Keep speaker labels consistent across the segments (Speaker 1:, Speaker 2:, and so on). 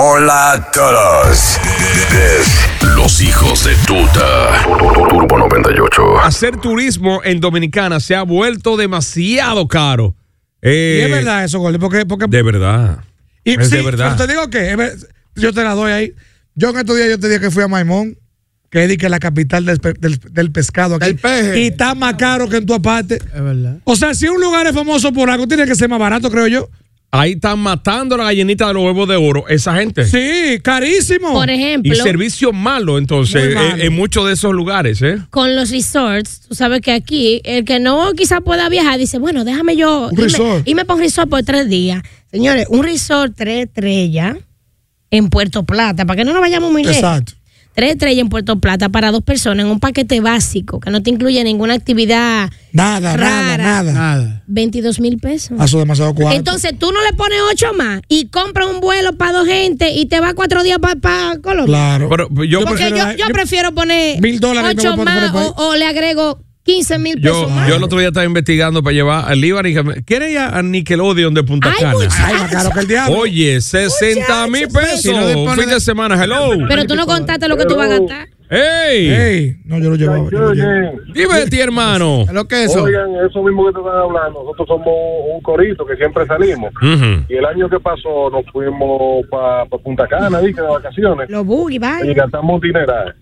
Speaker 1: Hola a todos.
Speaker 2: Los hijos de tuta. Turbo 98.
Speaker 3: Hacer turismo en Dominicana se ha vuelto demasiado caro.
Speaker 4: Y
Speaker 3: Eh,
Speaker 4: es verdad eso, Gordy, porque, porque
Speaker 3: De verdad.
Speaker 4: y,
Speaker 3: es
Speaker 4: sí,
Speaker 3: de verdad.
Speaker 4: pero te digo que es ver- yo te la doy ahí. Yo en estos días yo te dije que fui a Maimón, que es de que la capital del, pe- del- del pescado aquí.
Speaker 5: Del peje.
Speaker 4: Y está más caro que en tu aparte.
Speaker 5: Es verdad.
Speaker 4: O sea, si un lugar es famoso por algo, tiene que ser más barato, creo yo.
Speaker 3: Ahí están matando la gallinita de los huevos de oro, esa gente.
Speaker 4: Sí, carísimo.
Speaker 6: Por ejemplo,
Speaker 3: Y servicio malo, entonces, eh,
Speaker 4: Muy malo.
Speaker 3: En, en muchos de esos lugares, ¿eh?
Speaker 6: con los resorts, tú sabes que aquí el que no quizá pueda viajar dice, bueno, déjame yo
Speaker 4: Un
Speaker 6: irme,
Speaker 4: resort.
Speaker 6: irme para un resort por tres días. Señores, un resort tres estrellas en Puerto Plata, para que no nos vayamos muy lejos.
Speaker 4: Exacto.
Speaker 6: Tres estrellas en Puerto Plata para dos personas en un paquete básico que no te incluye ninguna actividad,
Speaker 4: Nada,
Speaker 6: Rara.
Speaker 4: nada, nada.
Speaker 5: Nada.
Speaker 6: 22 mil pesos.
Speaker 4: Eso es demasiado cuarto.
Speaker 6: Entonces tú no le pones ocho más y compras un vuelo para dos gente y te vas cuatro días para Colombia.
Speaker 4: claro.
Speaker 3: Pero pues, yo,
Speaker 6: Porque
Speaker 4: prefiero
Speaker 6: yo,
Speaker 4: la-
Speaker 6: yo
Speaker 4: yo-
Speaker 6: prefiero poner
Speaker 4: Mil dólares me
Speaker 6: ocho
Speaker 4: voy a poner
Speaker 6: más
Speaker 4: por el
Speaker 6: o, o le agrego 15 mil pesos
Speaker 3: yo,
Speaker 6: más.
Speaker 3: yo el otro día estaba investigando para llevar al Líbano y que- ¿Quiere ir a Nickelodeon de Punta
Speaker 6: Ay,
Speaker 3: Cana?
Speaker 6: muchacho.
Speaker 4: Ay, más caro que el diablo.
Speaker 3: Oye, 60 mil pesos.
Speaker 5: Si no dispone
Speaker 3: un fin
Speaker 5: de-
Speaker 3: de semana, hello.
Speaker 6: pero tú no contaste lo que tú vas a gastar.
Speaker 3: ¡Ey!
Speaker 4: Ey, no, yo lo llevaba. Yo lo llevaba.
Speaker 7: Oigan,
Speaker 3: Dime de ti, hermano.
Speaker 5: ¿Es lo que es eso?
Speaker 7: Oigan, eso mismo que te están hablando, nosotros somos un corito que siempre salimos.
Speaker 3: Ujú.
Speaker 7: Y el año que pasó nos fuimos para Punta Cana, dije, de vacaciones,
Speaker 6: Los boogies,
Speaker 7: y
Speaker 6: vaya.
Speaker 7: gastamos dineral.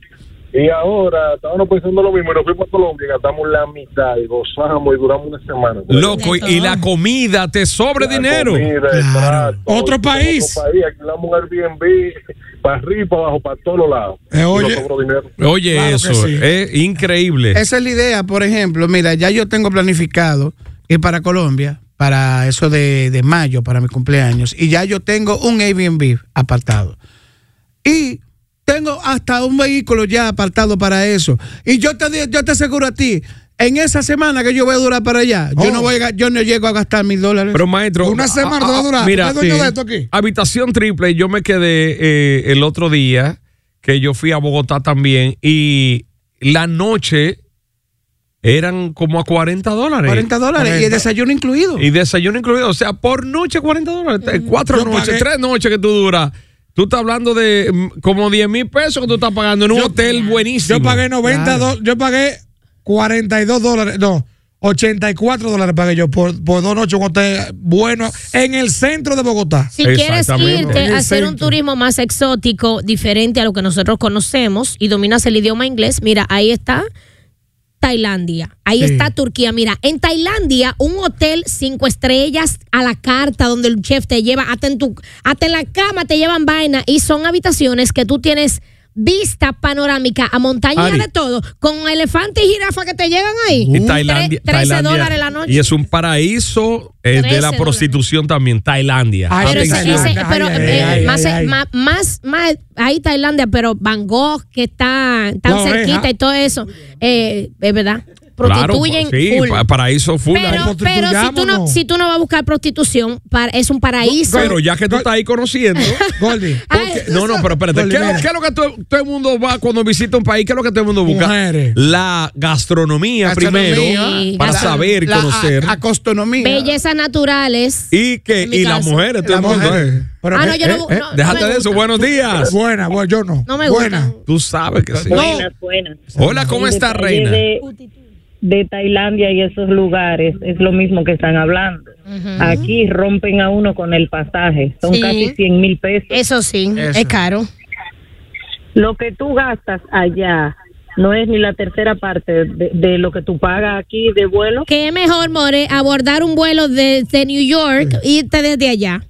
Speaker 7: Y ahora estábamos pensando lo mismo, y nos fuimos a Colombia y gastamos la mitad, y gozamos y duramos una semana.
Speaker 3: Loco, y,
Speaker 6: De
Speaker 3: y
Speaker 6: todo.
Speaker 3: la comida te sobre
Speaker 7: La
Speaker 3: dinero.
Speaker 7: comida, el
Speaker 4: Claro.
Speaker 7: trato,
Speaker 4: Otro país.
Speaker 7: Otro país, alquilamos un Airbnb, para arriba, para abajo, para todos los lados.
Speaker 4: Eh,
Speaker 7: Y
Speaker 4: oye.
Speaker 7: nos sobró dinero.
Speaker 3: Oye,
Speaker 4: Claro que
Speaker 3: eso
Speaker 4: sí.
Speaker 3: es increíble.
Speaker 5: Esa es la idea, por ejemplo. Mira, ya yo tengo planificado ir para Colombia para eso de, de mayo, para mi cumpleaños. Y ya yo tengo un Airbnb apartado. Y tengo hasta un vehículo ya apartado para eso. Y yo te, di- yo te aseguro a ti, en esa semana que yo voy a durar para allá, Ah, yo
Speaker 4: Oh.
Speaker 5: no voy a, yo no llego a gastar mil dólares.
Speaker 3: Pero maestro, ah,
Speaker 4: Una semana te va a durar.
Speaker 3: Mira,
Speaker 4: ¿Usted es dueño
Speaker 3: sí.
Speaker 4: de esto aquí?
Speaker 3: habitación triple. Yo me quedé eh, el otro día que yo fui a Bogotá también y la noche eran como a 40 dólares.
Speaker 5: 40 dólares y el desayuno incluido.
Speaker 3: Y desayuno incluido. O sea, por noche 40 dólares. Eh, Cuatro
Speaker 4: Mm, Yo
Speaker 3: noches,
Speaker 4: pagué-
Speaker 3: tres noches que tú duras. Tú estás hablando de mm, como 10 mil pesos que tú estás pagando en un hotel buenísimo.
Speaker 4: Yo pagué 90
Speaker 5: Claro.
Speaker 4: dólares, yo pagué 42 dólares, no, 84 dólares pagué yo por, por dos noches con hotel bueno en el centro de Bogotá.
Speaker 6: Si quieres
Speaker 3: Exactamente.
Speaker 6: irte
Speaker 4: En
Speaker 6: a
Speaker 4: el
Speaker 6: hacer un
Speaker 4: centro.
Speaker 6: turismo más exótico, diferente a lo que nosotros conocemos y dominas el idioma inglés, mira, ahí está Tailandia, ahí está Turquía. Mira, en Tailandia, un hotel cinco estrellas a la carta donde el chef te lleva, hasta en, tu, hasta en la cama te llevan vaina y son habitaciones que tú tienes vista panorámica a montaña
Speaker 3: Ari.
Speaker 6: de todo, con elefante y jirafa que te llegan ahí.
Speaker 3: Y Tailandia,
Speaker 6: Tre- 13
Speaker 3: Tailandia-
Speaker 6: dólares la noche.
Speaker 3: Y es un paraíso eh, de
Speaker 6: 13
Speaker 3: la
Speaker 6: dólares.
Speaker 3: prostitución también, Ah, Tailandia.
Speaker 4: Ay,
Speaker 6: Pero, ese-
Speaker 3: Atención.
Speaker 4: Tailandia.
Speaker 6: ese- pero,
Speaker 4: Ay,
Speaker 6: eh,
Speaker 4: ay, ay,
Speaker 6: más,
Speaker 4: ay.
Speaker 6: más- más, más, ahí Tailandia, pero Bangkok, que está tan
Speaker 4: La oveja.
Speaker 6: cerquita y todo eso, eh, es verdad.
Speaker 3: ah. Claro,
Speaker 6: Prostituyen
Speaker 3: sí,
Speaker 6: full.
Speaker 3: pa- paraíso full. ahí.
Speaker 6: pero, pero si, tú no,
Speaker 4: prostituyámonos.
Speaker 6: si tú no vas a buscar prostitución, para, es un paraíso.
Speaker 3: Pero ya que tú estás ahí conociendo.
Speaker 4: Goldie,
Speaker 6: Ay,
Speaker 3: porque- no, no, pero espérate. ¿Qué, es lo- qué es lo que todo, todo el mundo va cuando visita un país? ¿Qué es lo que todo el mundo busca?
Speaker 4: Mujeres.
Speaker 3: La gastronomía,
Speaker 5: Gastronomía,
Speaker 3: primero,
Speaker 6: Sí,
Speaker 3: para
Speaker 6: gastronomía.
Speaker 3: saber,
Speaker 5: la a-
Speaker 3: conocer.
Speaker 5: acostonomía.
Speaker 6: Bellezas naturales.
Speaker 3: y que,
Speaker 6: en mi
Speaker 3: y las
Speaker 6: casa.
Speaker 3: mujeres, todo el
Speaker 4: Las
Speaker 3: mundo.
Speaker 4: mujeres.
Speaker 3: eh.
Speaker 4: Pero
Speaker 6: Ah, no,
Speaker 4: que-
Speaker 6: yo no, bu-
Speaker 3: Eh,
Speaker 6: no, no
Speaker 3: déjate
Speaker 6: me
Speaker 3: de eso,
Speaker 6: gusta.
Speaker 3: buenos días.
Speaker 4: buena, bueno, yo no.
Speaker 6: No me
Speaker 4: buena.
Speaker 6: gustan.
Speaker 3: Tú sabes que sí.
Speaker 8: Buenas, buenas.
Speaker 3: Hola, ¿cómo
Speaker 8: El
Speaker 3: está,
Speaker 8: detalle
Speaker 3: reina?
Speaker 8: De, de Tailandia y esos lugares es lo mismo que están hablando. Aquí rompen a uno con el pasaje, son
Speaker 6: Sí.
Speaker 8: casi 100 mil pesos.
Speaker 6: Eso sí,
Speaker 5: Eso.
Speaker 6: es caro.
Speaker 8: Lo que tú gastas allá no es ni la tercera parte de, de lo que tú pagas aquí de vuelo.
Speaker 6: Que es mejor, More, abordar un vuelo desde New York e irte desde allá.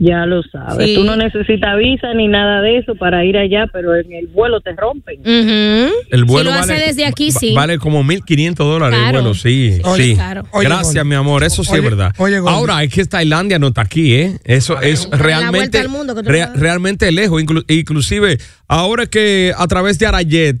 Speaker 8: Ya lo sabes,
Speaker 6: Sí.
Speaker 8: tú no necesitas visa ni nada de eso para ir allá, pero en el vuelo te rompen.
Speaker 6: Ujú.
Speaker 3: El vuelo
Speaker 6: si lo hace
Speaker 3: vale,
Speaker 6: desde aquí,
Speaker 3: va-
Speaker 6: sí.
Speaker 3: Vale como 1.500 dólares el
Speaker 6: Claro.
Speaker 3: vuelo, sí.
Speaker 6: Oye,
Speaker 3: sí.
Speaker 6: claro.
Speaker 4: Oye,
Speaker 3: Gracias,
Speaker 4: Gordy.
Speaker 3: mi amor, eso sí
Speaker 4: Oye,
Speaker 3: es verdad.
Speaker 4: oye, Gordy.
Speaker 3: Ahora, es que Tailandia no está aquí, ¿eh? Eso es realmente,
Speaker 6: vuelta al mundo que tú
Speaker 3: rea-
Speaker 6: le das.
Speaker 3: realmente lejos. Inclu- inclusive, ahora que a través de Arayet,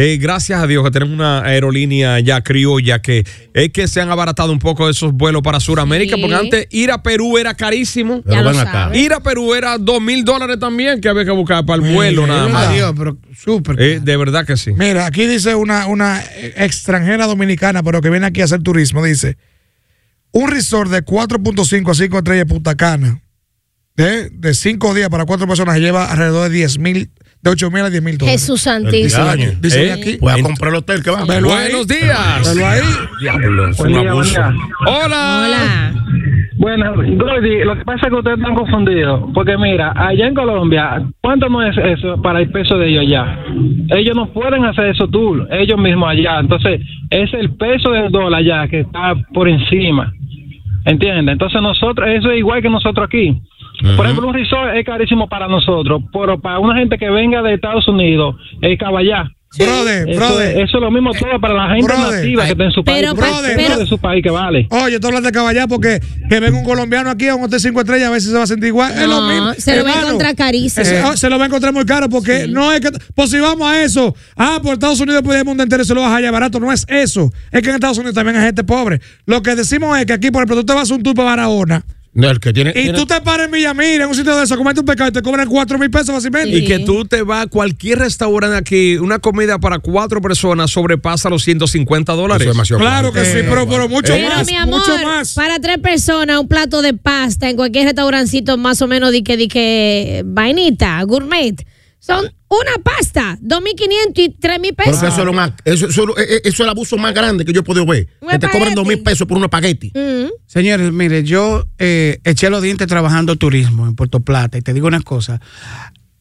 Speaker 3: eh, gracias a Dios que tenemos una aerolínea ya criolla que es que se han abaratado un poco esos vuelos para Sudamérica,
Speaker 6: Sí.
Speaker 3: porque antes ir a Perú era carísimo.
Speaker 6: Ya lo sabes.
Speaker 3: Ir a Perú era dos mil dólares también que había que buscar para el vuelo nada más.
Speaker 5: Adiós, pero súper.
Speaker 3: Eh, de verdad que sí.
Speaker 4: Mira, aquí dice una, una extranjera dominicana, pero que viene aquí a hacer turismo, dice, un resort de 4.5 a 5 estrellas en Punta Cana, de, de cinco días para cuatro personas que lleva alrededor de 10 mil, de 8 mil a 10 mil dólares.
Speaker 6: Jesús Santísimo.
Speaker 4: diablo. Dice aquí.
Speaker 9: Voy a comprar el hotel que va.
Speaker 4: Velo ahí.
Speaker 3: ¿eh? Buenos días.
Speaker 4: Velo ahí.
Speaker 3: Diablo, es un
Speaker 7: día, buen
Speaker 3: abuso.
Speaker 7: día.
Speaker 3: Hola.
Speaker 6: Hola.
Speaker 7: Bueno, Gordy, lo que pasa es que ustedes están confundidos. Porque mira, allá en Colombia, ¿cuánto no es eso para el peso de ellos allá? Ellos no pueden hacer eso tú, ellos mismos allá. Entonces, es el peso del dólar allá que está por encima. ¿Entiendes? Entonces, nosotros, eso es igual que nosotros aquí. Por ejemplo, un resort es carísimo para nosotros, pero para una gente que venga de Estados Unidos, es caballá.
Speaker 4: Brother,
Speaker 7: Eso,
Speaker 4: brother. eh,
Speaker 7: eso es lo mismo todo para la gente
Speaker 4: Brother.
Speaker 7: nativa que está en su
Speaker 6: Pero,
Speaker 7: país.
Speaker 4: brother,
Speaker 7: dentro
Speaker 6: pero-
Speaker 7: de su país que vale.
Speaker 4: Oye, tú hablas de caballar porque que venga un colombiano aquí a un hotel cinco estrellas a veces se va a sentir igual. es lo
Speaker 6: No,
Speaker 4: mismo.
Speaker 6: se lo va a
Speaker 4: Hermano,
Speaker 6: encontrar carísimo.
Speaker 4: ese- oh, se lo va a encontrar muy caro porque no es que. Pues si vamos a eso, ah, por Estados Unidos por el mundo entero se lo vas a hallar barato. No es eso. Es que en Estados Unidos también hay gente pobre. Lo que decimos es que aquí, por ejemplo, tú te vas a un tour para Barahona
Speaker 9: No, el que tiene.
Speaker 4: y
Speaker 9: tiene-
Speaker 4: tú te paras en Villamil en un sitio de eso, comete un pecado y te cobran cuatro mil pesos fácilmente.
Speaker 3: Y que tú te vas a cualquier restaurante aquí, una comida para cuatro personas sobrepasa los 150 dólares.
Speaker 9: Eso es demasiado
Speaker 4: Claro que
Speaker 9: caro.
Speaker 4: sí, pero, pero mucho
Speaker 6: Pero
Speaker 4: más.
Speaker 6: mi amor,
Speaker 4: mucho más.
Speaker 6: para tres personas, un plato de pasta en cualquier restaurancito más o menos di que, di que vainita, gourmet, son una pasta, 2.500 y 3.000 pesos.
Speaker 9: Porque Eh. eso, es lo más- eso- eso- eh, eh, eso es el abuso más grande que yo he podido ver.
Speaker 6: Un
Speaker 9: Que te cobren
Speaker 6: espagueti.
Speaker 9: dos mil pesos por un espagueti.
Speaker 6: Mm.
Speaker 5: Señores, mire, yo eh, eché los dientes trabajando turismo en Puerto Plata y te digo una cosa.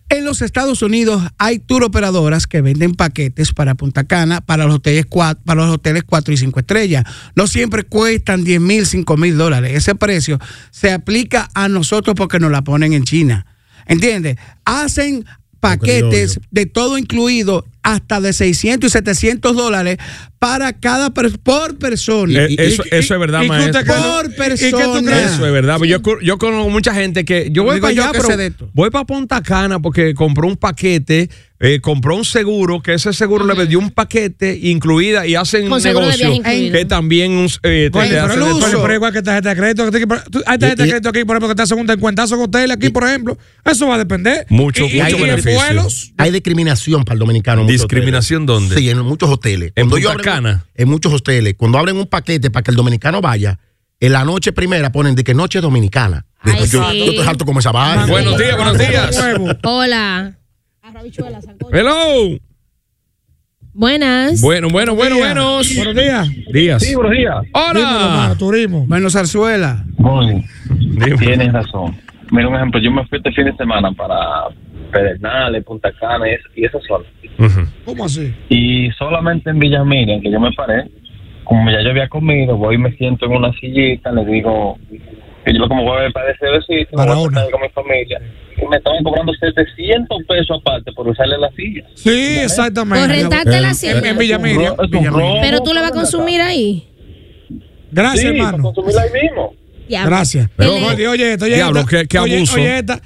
Speaker 5: En los Estados Unidos hay tour operadoras que venden paquetes para Punta Cana, para los hoteles 4, para los hoteles cuatro y 5 estrellas. No siempre cuestan 10 mil, 5 mil dólares. Ese precio se aplica a nosotros porque nos la ponen en China. ¿Entiendes? Hacen paquetes de todo incluido hasta de 600 y 700 dólares para cada per- por persona.
Speaker 3: Eh, eso,
Speaker 4: y-
Speaker 3: eso es verdad,
Speaker 4: y- y que
Speaker 3: maestro.
Speaker 4: usted-
Speaker 5: por
Speaker 4: ¿Y- y qué tú
Speaker 5: persona.
Speaker 4: crees?
Speaker 3: Eso es verdad. Yo, cu- yo conozco mucha gente que. Yo voy
Speaker 5: Digo
Speaker 3: para
Speaker 5: yo
Speaker 3: allá,
Speaker 5: que
Speaker 3: pero
Speaker 5: sé de esto.
Speaker 3: voy para Punta Cana porque compró un paquete, eh, compró un seguro, que ese seguro le vendió un paquete incluida y hacen
Speaker 6: Con
Speaker 3: un
Speaker 6: seguro de
Speaker 3: negocio
Speaker 6: viaje incluido.
Speaker 3: que también eh, te-
Speaker 4: Coño,
Speaker 3: te
Speaker 4: pero
Speaker 3: hacen
Speaker 5: el
Speaker 3: de
Speaker 5: uso.
Speaker 3: todo.
Speaker 4: Coño, pero igual que tarjeta de crédito. que te- tú- Hay tarjeta de
Speaker 9: Y- y-
Speaker 4: crédito aquí, por ejemplo, que te hacen un descuentazo con hotel aquí, por ejemplo. Eso va a depender.
Speaker 3: Mucho-
Speaker 4: y, y-
Speaker 3: mucho
Speaker 4: y en
Speaker 3: beneficio.
Speaker 4: vuelos.
Speaker 9: Hay discriminación para el dominicano. en muchos
Speaker 3: ¿Discriminación
Speaker 9: hoteles.
Speaker 3: dónde?
Speaker 9: Sí, en muchos hoteles.
Speaker 3: ¿En
Speaker 9: Cuando
Speaker 3: Punta
Speaker 9: abren-
Speaker 3: Cana?
Speaker 9: En muchos hoteles. Cuando abren un paquete para que el dominicano vaya, en la noche primera ponen de que noche dominicana.
Speaker 6: Ay,
Speaker 9: Digo, yo,
Speaker 6: sí.
Speaker 9: yo estoy harto como esa vaina.
Speaker 3: Buenos días, buenos días.
Speaker 4: Huevo.
Speaker 6: Hola.
Speaker 3: Hello.
Speaker 6: Buenas.
Speaker 3: Bueno, bueno, bueno, buenos
Speaker 4: Buenos días.
Speaker 3: días.
Speaker 7: buenos días.
Speaker 4: Dímelo, hermano,
Speaker 3: Hola.
Speaker 4: turismo.
Speaker 5: Bueno, Zarzuela,
Speaker 10: Goy,
Speaker 3: Dime.
Speaker 10: tienes razón. Mira, un ejemplo, yo me fui este fin de semana para Pedernales, Punta Cana y es- y esas zonas.
Speaker 3: Ujú.
Speaker 4: ¿Cómo así?
Speaker 10: Y solamente en Villa Miriam, que yo me paré, como ya yo había comido, voy y me siento en una sillita, le digo que yo como voy a padecer de sitio, me voy a
Speaker 4: Barahona.
Speaker 10: sentar con mi familia. Y me estaban cobrando 700 pesos aparte por usarle la silla.
Speaker 4: Sí,
Speaker 3: ¿eh?
Speaker 4: exactamente.
Speaker 6: Por rentarte la
Speaker 9: Eh,
Speaker 4: En,
Speaker 6: silla.
Speaker 4: en Villa Miriam.
Speaker 10: Es un robo.
Speaker 6: Pero tú la vas a consumir ahí.
Speaker 4: Gracias,
Speaker 10: Sí, para
Speaker 4: hermano.
Speaker 10: consumirla ahí mismo.
Speaker 6: Ya.
Speaker 4: Gracias.
Speaker 6: Pero-
Speaker 4: Jordi, oye, esto, oye,
Speaker 3: Diablo,
Speaker 4: esta,
Speaker 3: qué- qué
Speaker 4: oye,
Speaker 3: abuso.
Speaker 4: oye, esta.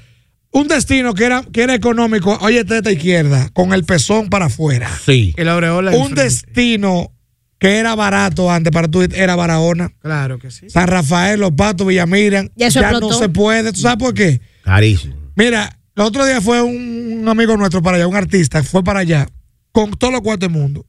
Speaker 4: un destino que era, que era económico, oye, esta, esta izquierda, con el pezón para afuera.
Speaker 9: Sí.
Speaker 5: el aureola.
Speaker 4: Un destino que era barato antes para tú, era Barahona.
Speaker 5: Claro que sí.
Speaker 4: San Rafael, Los Patos, Villamiriam. Ya,
Speaker 6: Ya eso
Speaker 4: no
Speaker 6: explotó.
Speaker 4: se puede. ¿Tú sabes por qué?
Speaker 9: Carísimo.
Speaker 4: Mira, el otro día fue un, un amigo nuestro para allá, un artista, fue para allá, con todos los cuartos del mundo.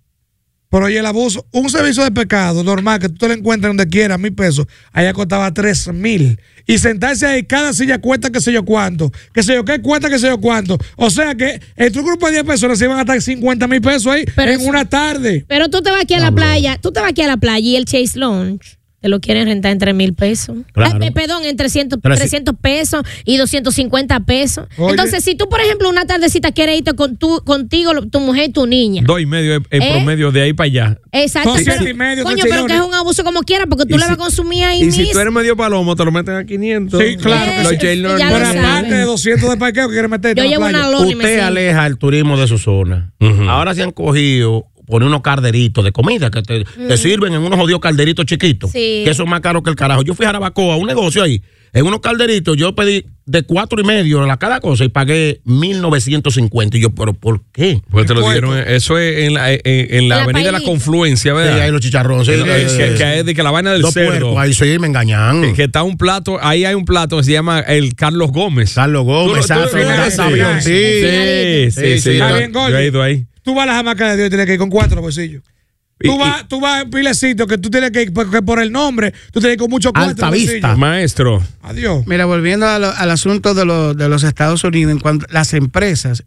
Speaker 4: Pero oye, el abuso, un servicio de pecado normal que tú te lo encuentres donde quieras, mil pesos, allá costaba tres mil. Y sentarse ahí, cada silla cuesta qué sé yo cuánto, qué sé yo qué cuesta qué sé yo cuánto. O sea que entre un grupo de 10 personas se iban a estar 50 mil pesos ahí
Speaker 6: Pero
Speaker 4: en
Speaker 6: eso-
Speaker 4: una tarde.
Speaker 6: Pero tú te vas aquí a la playa, tú te vas aquí a la playa y el Chase Lounge te lo quieren rentar en 3 mil pesos.
Speaker 9: Claro.
Speaker 6: Ay, pe- perdón, en 300,
Speaker 9: Trece-
Speaker 6: 300 pesos y 250 pesos.
Speaker 4: Oye.
Speaker 6: Entonces, si tú, por ejemplo, una tardecita quieres irte con tu, contigo, lo- tu mujer y tu niña.
Speaker 3: Dos y medio en en
Speaker 6: ¿Eh?
Speaker 3: promedio de ahí para allá.
Speaker 6: Exacto.
Speaker 4: Son
Speaker 6: pero-
Speaker 4: siete y medio,
Speaker 6: coño,
Speaker 4: tres
Speaker 6: pero que es
Speaker 4: chilones.
Speaker 6: un abuso como quiera porque tú
Speaker 3: Y
Speaker 6: la vas a
Speaker 3: si-
Speaker 6: consumir ahí
Speaker 3: Y si tú
Speaker 6: mismo.
Speaker 3: eres medio palomo, te lo meten a 500.
Speaker 4: Sí, claro que
Speaker 3: Los
Speaker 4: sí.
Speaker 3: Jalen
Speaker 6: Ya lo
Speaker 4: Pero
Speaker 3: Ramsey.
Speaker 6: sabes.
Speaker 4: aparte de 200 de parqueo que quieres meterte
Speaker 6: Yo
Speaker 4: en la
Speaker 6: llevo una
Speaker 4: playa.
Speaker 6: lona y me
Speaker 9: Usted
Speaker 6: siento.
Speaker 9: aleja el turismo de su zona.
Speaker 3: Ujú.
Speaker 9: Ahora se han cogido poner unos calderitos de comida que te, te sirven en unos jodidos calderitos chiquitos.
Speaker 6: Sí.
Speaker 9: Que son más caros que el carajo. Yo fui a Jarabacoa, a un negocio ahí. En unos calderitos yo pedí de cuatro y medio la cada cosa y pagué 1950. Y yo, ¿pero por qué?
Speaker 3: Pues te lo dieron. eh, Eso es en la, en, en la
Speaker 6: La
Speaker 3: avenida de la
Speaker 6: Pailita.
Speaker 3: confluencia,
Speaker 9: Sí,
Speaker 3: ¿verdad?
Speaker 9: ahí los chicharrones. sí,
Speaker 3: Eh,
Speaker 9: eh,
Speaker 3: que, que es de que la vaina del
Speaker 9: dos
Speaker 3: cerdo.
Speaker 9: puercos, ahí sí, me engañan.
Speaker 3: Que, que está un plato, ahí hay un plato que se llama el Carlos Gómez.
Speaker 9: Carlos Gómez,
Speaker 3: Tú lo- tú lo
Speaker 9: Sastre,
Speaker 3: ves,
Speaker 9: Garza,
Speaker 3: sí.
Speaker 9: Avión, sí.
Speaker 3: Sí, sí, sí.
Speaker 9: Sí, sí,
Speaker 3: yo-
Speaker 4: está bien,
Speaker 3: yo
Speaker 4: Gordy.
Speaker 3: he ido ahí.
Speaker 4: Tú vas a la jamaca de Dios y tienes que ir con cuatro bolsillos. Tú vas, tú vas en pilecito que tú tienes que, ir, porque por el nombre, tú tienes que ir con mucho cuarto en el
Speaker 9: Altavista.
Speaker 4: bolsillo.
Speaker 3: Maestro,
Speaker 4: Adiós.
Speaker 5: Mira, volviendo a lo- al asunto de, lo- de los Estados Unidos, en cuanto las empresas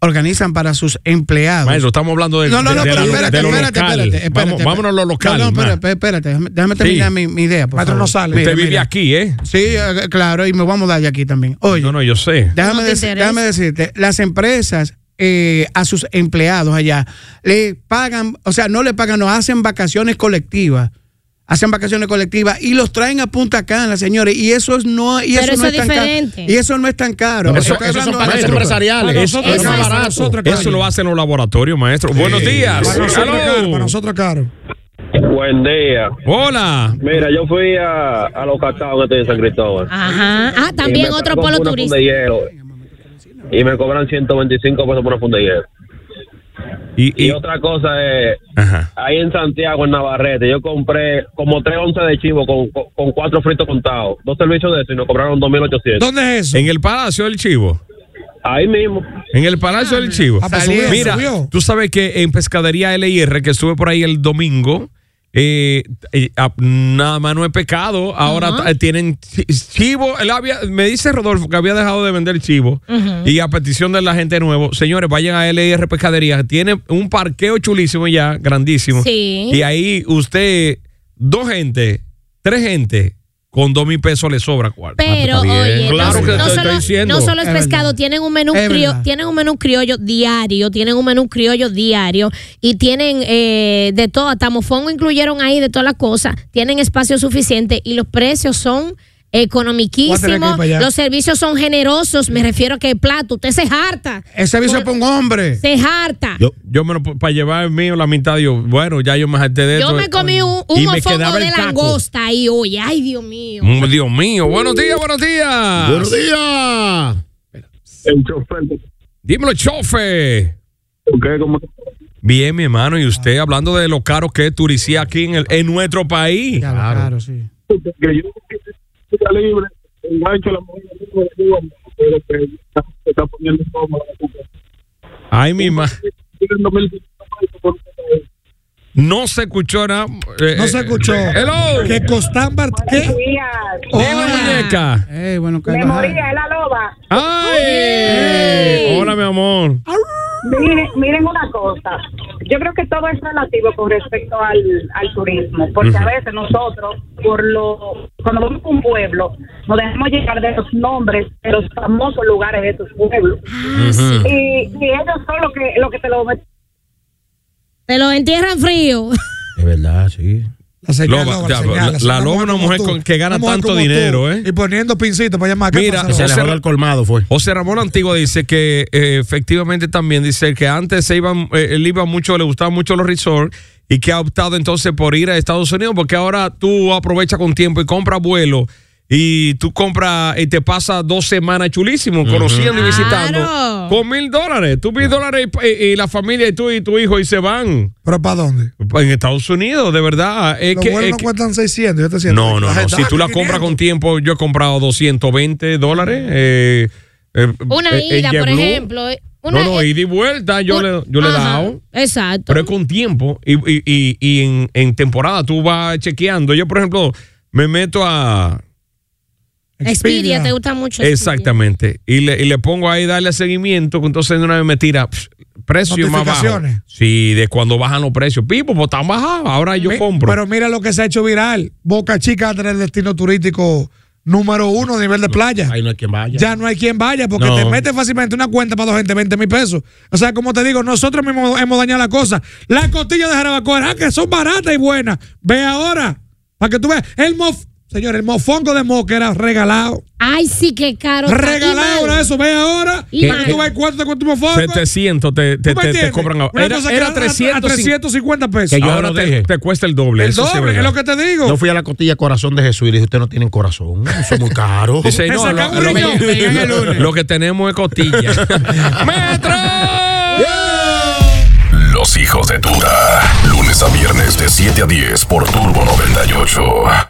Speaker 5: organizan para sus empleados.
Speaker 3: maestro, estamos hablando de,
Speaker 5: no, no,
Speaker 3: de-
Speaker 5: no,
Speaker 3: de
Speaker 5: pero
Speaker 3: la-
Speaker 5: espérate,
Speaker 3: de lo
Speaker 5: espérate,
Speaker 3: local.
Speaker 5: espérate, espérate,
Speaker 3: Vamos-
Speaker 5: espérate.
Speaker 3: vámonos a lo local.
Speaker 5: No, no,
Speaker 3: ma.
Speaker 5: pero espérate, déjame, déjame terminar
Speaker 3: Sí.
Speaker 5: mi, mi idea. Por
Speaker 4: Maestro,
Speaker 5: favor.
Speaker 4: no sale.
Speaker 5: Mira,
Speaker 3: Usted vive
Speaker 5: mira.
Speaker 3: aquí, ¿eh?
Speaker 5: Sí, eh, claro, y me voy a mudar de aquí también. Oye,
Speaker 3: No, no, yo sé.
Speaker 5: Déjame,
Speaker 6: ¿No te
Speaker 5: deci-
Speaker 6: interesa?
Speaker 5: déjame decirte, las empresas eh, a sus empleados allá le pagan, o sea, no le pagan, no hacen vacaciones colectivas. Hacen vacaciones colectivas y los traen a Punta Cana, señores. Y eso es no, y
Speaker 6: Pero
Speaker 5: eso
Speaker 6: eso
Speaker 5: no
Speaker 6: es
Speaker 5: es tan
Speaker 6: diferente.
Speaker 5: caro. Y eso no es tan caro.
Speaker 9: Eso-
Speaker 5: Estoy
Speaker 9: esos son
Speaker 5: hablando-
Speaker 9: pagos
Speaker 3: maestro.
Speaker 9: empresariales.
Speaker 4: Para
Speaker 9: Eso
Speaker 4: nosotros
Speaker 9: es
Speaker 6: es
Speaker 9: más
Speaker 6: caro.
Speaker 9: barato.
Speaker 4: Nosotros
Speaker 3: Eso lo hacen los laboratorios, maestro. Buenos días.
Speaker 4: Para nosotros,
Speaker 3: Aló.
Speaker 4: caro, para nosotros caro.
Speaker 10: Buen día.
Speaker 3: Hola.
Speaker 10: Mira, yo fui a, a los cacaos que estoy en San Cristóbal.
Speaker 6: Ajá. Ah,
Speaker 10: Y
Speaker 6: también
Speaker 10: me
Speaker 6: otro
Speaker 10: sacan
Speaker 6: polo
Speaker 10: una funda de
Speaker 6: turístico.
Speaker 10: hielo. Y me cobran 125 pesos por una funda de hielo.
Speaker 3: Y,
Speaker 10: Y
Speaker 3: y-
Speaker 10: otra cosa es,
Speaker 3: Ajá.
Speaker 10: ahí en Santiago, en Navarrete, yo compré como tres onzas de chivo con, con, con cuatro fritos contados. Dos servicios de eso y nos cobraron 2.800.
Speaker 4: ¿Dónde es eso?
Speaker 3: En el Palacio del Chivo.
Speaker 10: Ahí mismo.
Speaker 3: En el Palacio del Chivo.
Speaker 4: Ah, pues
Speaker 5: Salí-
Speaker 4: subió,
Speaker 3: Mira,
Speaker 4: subió.
Speaker 3: tú sabes que en Pescadería LIR, que estuve por ahí el domingo, eh, eh, ah, nada más no es pecado. Ahora t- eh, tienen chi- chivo. Él había- me dice Rodolfo que había dejado de vender chivo. Y a petición de la gente nuevo, señores, vayan a LIR Pescadería. Tiene un parqueo chulísimo ya, grandísimo.
Speaker 6: Sí.
Speaker 3: Y ahí usted, dos gente, tres gente, con dos mil pesos le sobra cuarto. Ah,
Speaker 6: Pero, oye,
Speaker 3: Claro
Speaker 6: no,
Speaker 3: que
Speaker 6: no
Speaker 3: te
Speaker 6: solo,
Speaker 3: estoy diciendo.
Speaker 6: no solo es,
Speaker 5: Es
Speaker 6: pescado,
Speaker 5: verdad.
Speaker 6: tienen un menú
Speaker 5: Es
Speaker 6: criollo,
Speaker 5: verdad.
Speaker 6: tienen un menú criollo diario, tienen un menú criollo diario y tienen eh, de todo, hasta mofongo incluyeron ahí de todas las cosas, tienen espacio suficiente y los precios son
Speaker 4: Voy a tener que ir
Speaker 6: economiquísimos,
Speaker 4: para allá.
Speaker 6: los servicios son generosos, me refiero a que el plato, usted se harta,
Speaker 5: Ese aviso es para un hombre.
Speaker 6: se harta.
Speaker 3: Yo, yo me lo para llevar el mío la mitad, yo, bueno, ya yo me harté de
Speaker 6: Yo
Speaker 3: esto.
Speaker 6: me comí un, un
Speaker 3: Y me
Speaker 6: mofongo
Speaker 3: quedaba el
Speaker 6: de
Speaker 3: taco.
Speaker 6: langosta ahí, oye, ay Dios mío.
Speaker 3: Mm, Dios mío, buenos días, buenos días.
Speaker 9: Buenos días.
Speaker 10: El chofer.
Speaker 3: Dímelo, chofe.
Speaker 10: ¿Qué? ¿Cómo?
Speaker 3: Bien, mi hermano, y usted hablando de lo caro que es turicía aquí en, el, en nuestro país.
Speaker 5: Ya, claro. sí.
Speaker 10: que yo está libre, engancho a la mujer libre, digo, pero que está- se está poniendo cómoda.
Speaker 3: Ay, mi ma.
Speaker 10: Tienen 2.500 pesos por una vez.
Speaker 3: No se escuchó nada. eh,
Speaker 4: No se
Speaker 3: eh,
Speaker 4: escuchó.
Speaker 3: Hello.
Speaker 4: Que Costán Bart- ¿Qué?
Speaker 3: Dime, muñeca.
Speaker 5: Eh, bueno, Carlos,
Speaker 8: es la loba.
Speaker 3: Ay. Hola, mi amor.
Speaker 8: Miren, miren una cosa, yo creo que todo es relativo con respecto al, al turismo, porque a veces nosotros, por lo, cuando vamos a un pueblo, nos dejamos llegar de los nombres de los famosos lugares de esos pueblos. y, y ellos son los que, lo que te lo
Speaker 6: Te lo entierran frío.
Speaker 9: Es verdad, sí.
Speaker 4: La señal,
Speaker 3: Loba,
Speaker 4: loba,
Speaker 3: ya,
Speaker 4: señal,
Speaker 3: la-
Speaker 4: señal.
Speaker 3: la loba es una
Speaker 4: como
Speaker 3: mujer
Speaker 4: tú,
Speaker 3: con- que gana
Speaker 4: una mujer
Speaker 3: tanto
Speaker 4: como tú.
Speaker 3: dinero, ¿eh?
Speaker 4: Y poniendo pincitos para llamar. ¿Qué
Speaker 3: Mira,
Speaker 4: pasa,
Speaker 9: Se
Speaker 4: loba?
Speaker 9: le jodió el colmado, fue.
Speaker 3: José Ramón Antiguo dice que eh, efectivamente también dice que antes se iban, eh, él iba mucho, le gustaban mucho los resorts y que ha optado entonces por ir a Estados Unidos porque ahora tú aprovechas con tiempo y compras vuelo y tú compras y te pasas dos semanas chulísimo conociendo y visitando
Speaker 6: Claro.
Speaker 3: con mil dólares, tú mil dólares y, y- y la familia y tú y tu hijo y se van
Speaker 4: ¿Pero para dónde?
Speaker 3: en Estados Unidos, de verdad. Es
Speaker 4: Los
Speaker 3: que-
Speaker 4: vuelos
Speaker 3: es
Speaker 4: no
Speaker 3: que-
Speaker 4: cuestan 600, yo te siento.
Speaker 3: no, no,
Speaker 4: Las
Speaker 3: no.
Speaker 4: estás
Speaker 3: Si tú la
Speaker 4: 500.
Speaker 3: compras con tiempo, yo he comprado 220 dólares. eh, eh,
Speaker 6: Una
Speaker 3: eh, en
Speaker 6: ida, por
Speaker 3: JetBlue.
Speaker 6: ejemplo. eh,
Speaker 3: No,
Speaker 6: Una,
Speaker 3: no, ida y vuelta yo
Speaker 6: un-
Speaker 3: le, yo le he
Speaker 6: Ajá,
Speaker 3: dado.
Speaker 6: Exacto.
Speaker 3: Pero es con tiempo y, y- y- y en, en temporada tú vas chequeando. Yo, por ejemplo, me meto a...
Speaker 6: Expedia, te gusta mucho. Expedia.
Speaker 3: Exactamente. Y le, y le pongo ahí darle seguimiento. Entonces de una vez me tira pf, precio más bajo.
Speaker 4: Notificaciones.
Speaker 3: Sí, de cuando bajan los precios. Pipo, pues están bajados. Ahora yo
Speaker 4: Mi-
Speaker 3: compro.
Speaker 4: Pero mira lo que se ha hecho viral. Boca Chica es el destino turístico número uno a nivel de playa.
Speaker 9: Ahí no hay quien vaya.
Speaker 4: Ya no hay quien vaya porque
Speaker 9: No.
Speaker 4: te metes fácilmente una cuenta para dos gente, 20 mil pesos. O sea, como te digo, nosotros mismos hemos dañado la cosa. Las costillas de Jarabacoa, ah, que son baratas y buenas. Ve ahora, para que tú veas. El mof, señor, el mofongo de moca era regalado.
Speaker 6: Ay, sí, qué caro. está.
Speaker 4: regalado
Speaker 6: Y mal.
Speaker 4: era eso, ve ahora.
Speaker 6: Y
Speaker 4: para
Speaker 6: mal.
Speaker 4: que tú veas cuánto te cuesta un mofongo.
Speaker 3: 700 te, te,
Speaker 4: ¿Tú me
Speaker 3: te- te
Speaker 4: entiendes?
Speaker 3: cobran ahora.
Speaker 4: Una
Speaker 3: Era,
Speaker 4: cosa que
Speaker 3: era
Speaker 4: a- a-
Speaker 3: 300,
Speaker 4: a 350 pesos.
Speaker 9: que yo
Speaker 3: ahora
Speaker 9: lo
Speaker 3: te,
Speaker 9: dije.
Speaker 3: te cuesta el doble.
Speaker 4: el
Speaker 3: eso sí es
Speaker 4: doble,
Speaker 3: verdad.
Speaker 4: es lo que te digo.
Speaker 9: Yo fui a la costilla Corazón de Jesús y le dije, ustedes no tienen corazón, eso es muy caro.
Speaker 3: Dice, no, lo,
Speaker 4: sacan un
Speaker 3: lo-
Speaker 4: riñón,
Speaker 3: lo-
Speaker 4: me digan el
Speaker 3: lo-
Speaker 4: lunes.
Speaker 3: lo que tenemos es costilla. ¡Metro!
Speaker 2: Los hijos de Duda. Lunes a viernes de 7 a 10 por Turbo 98.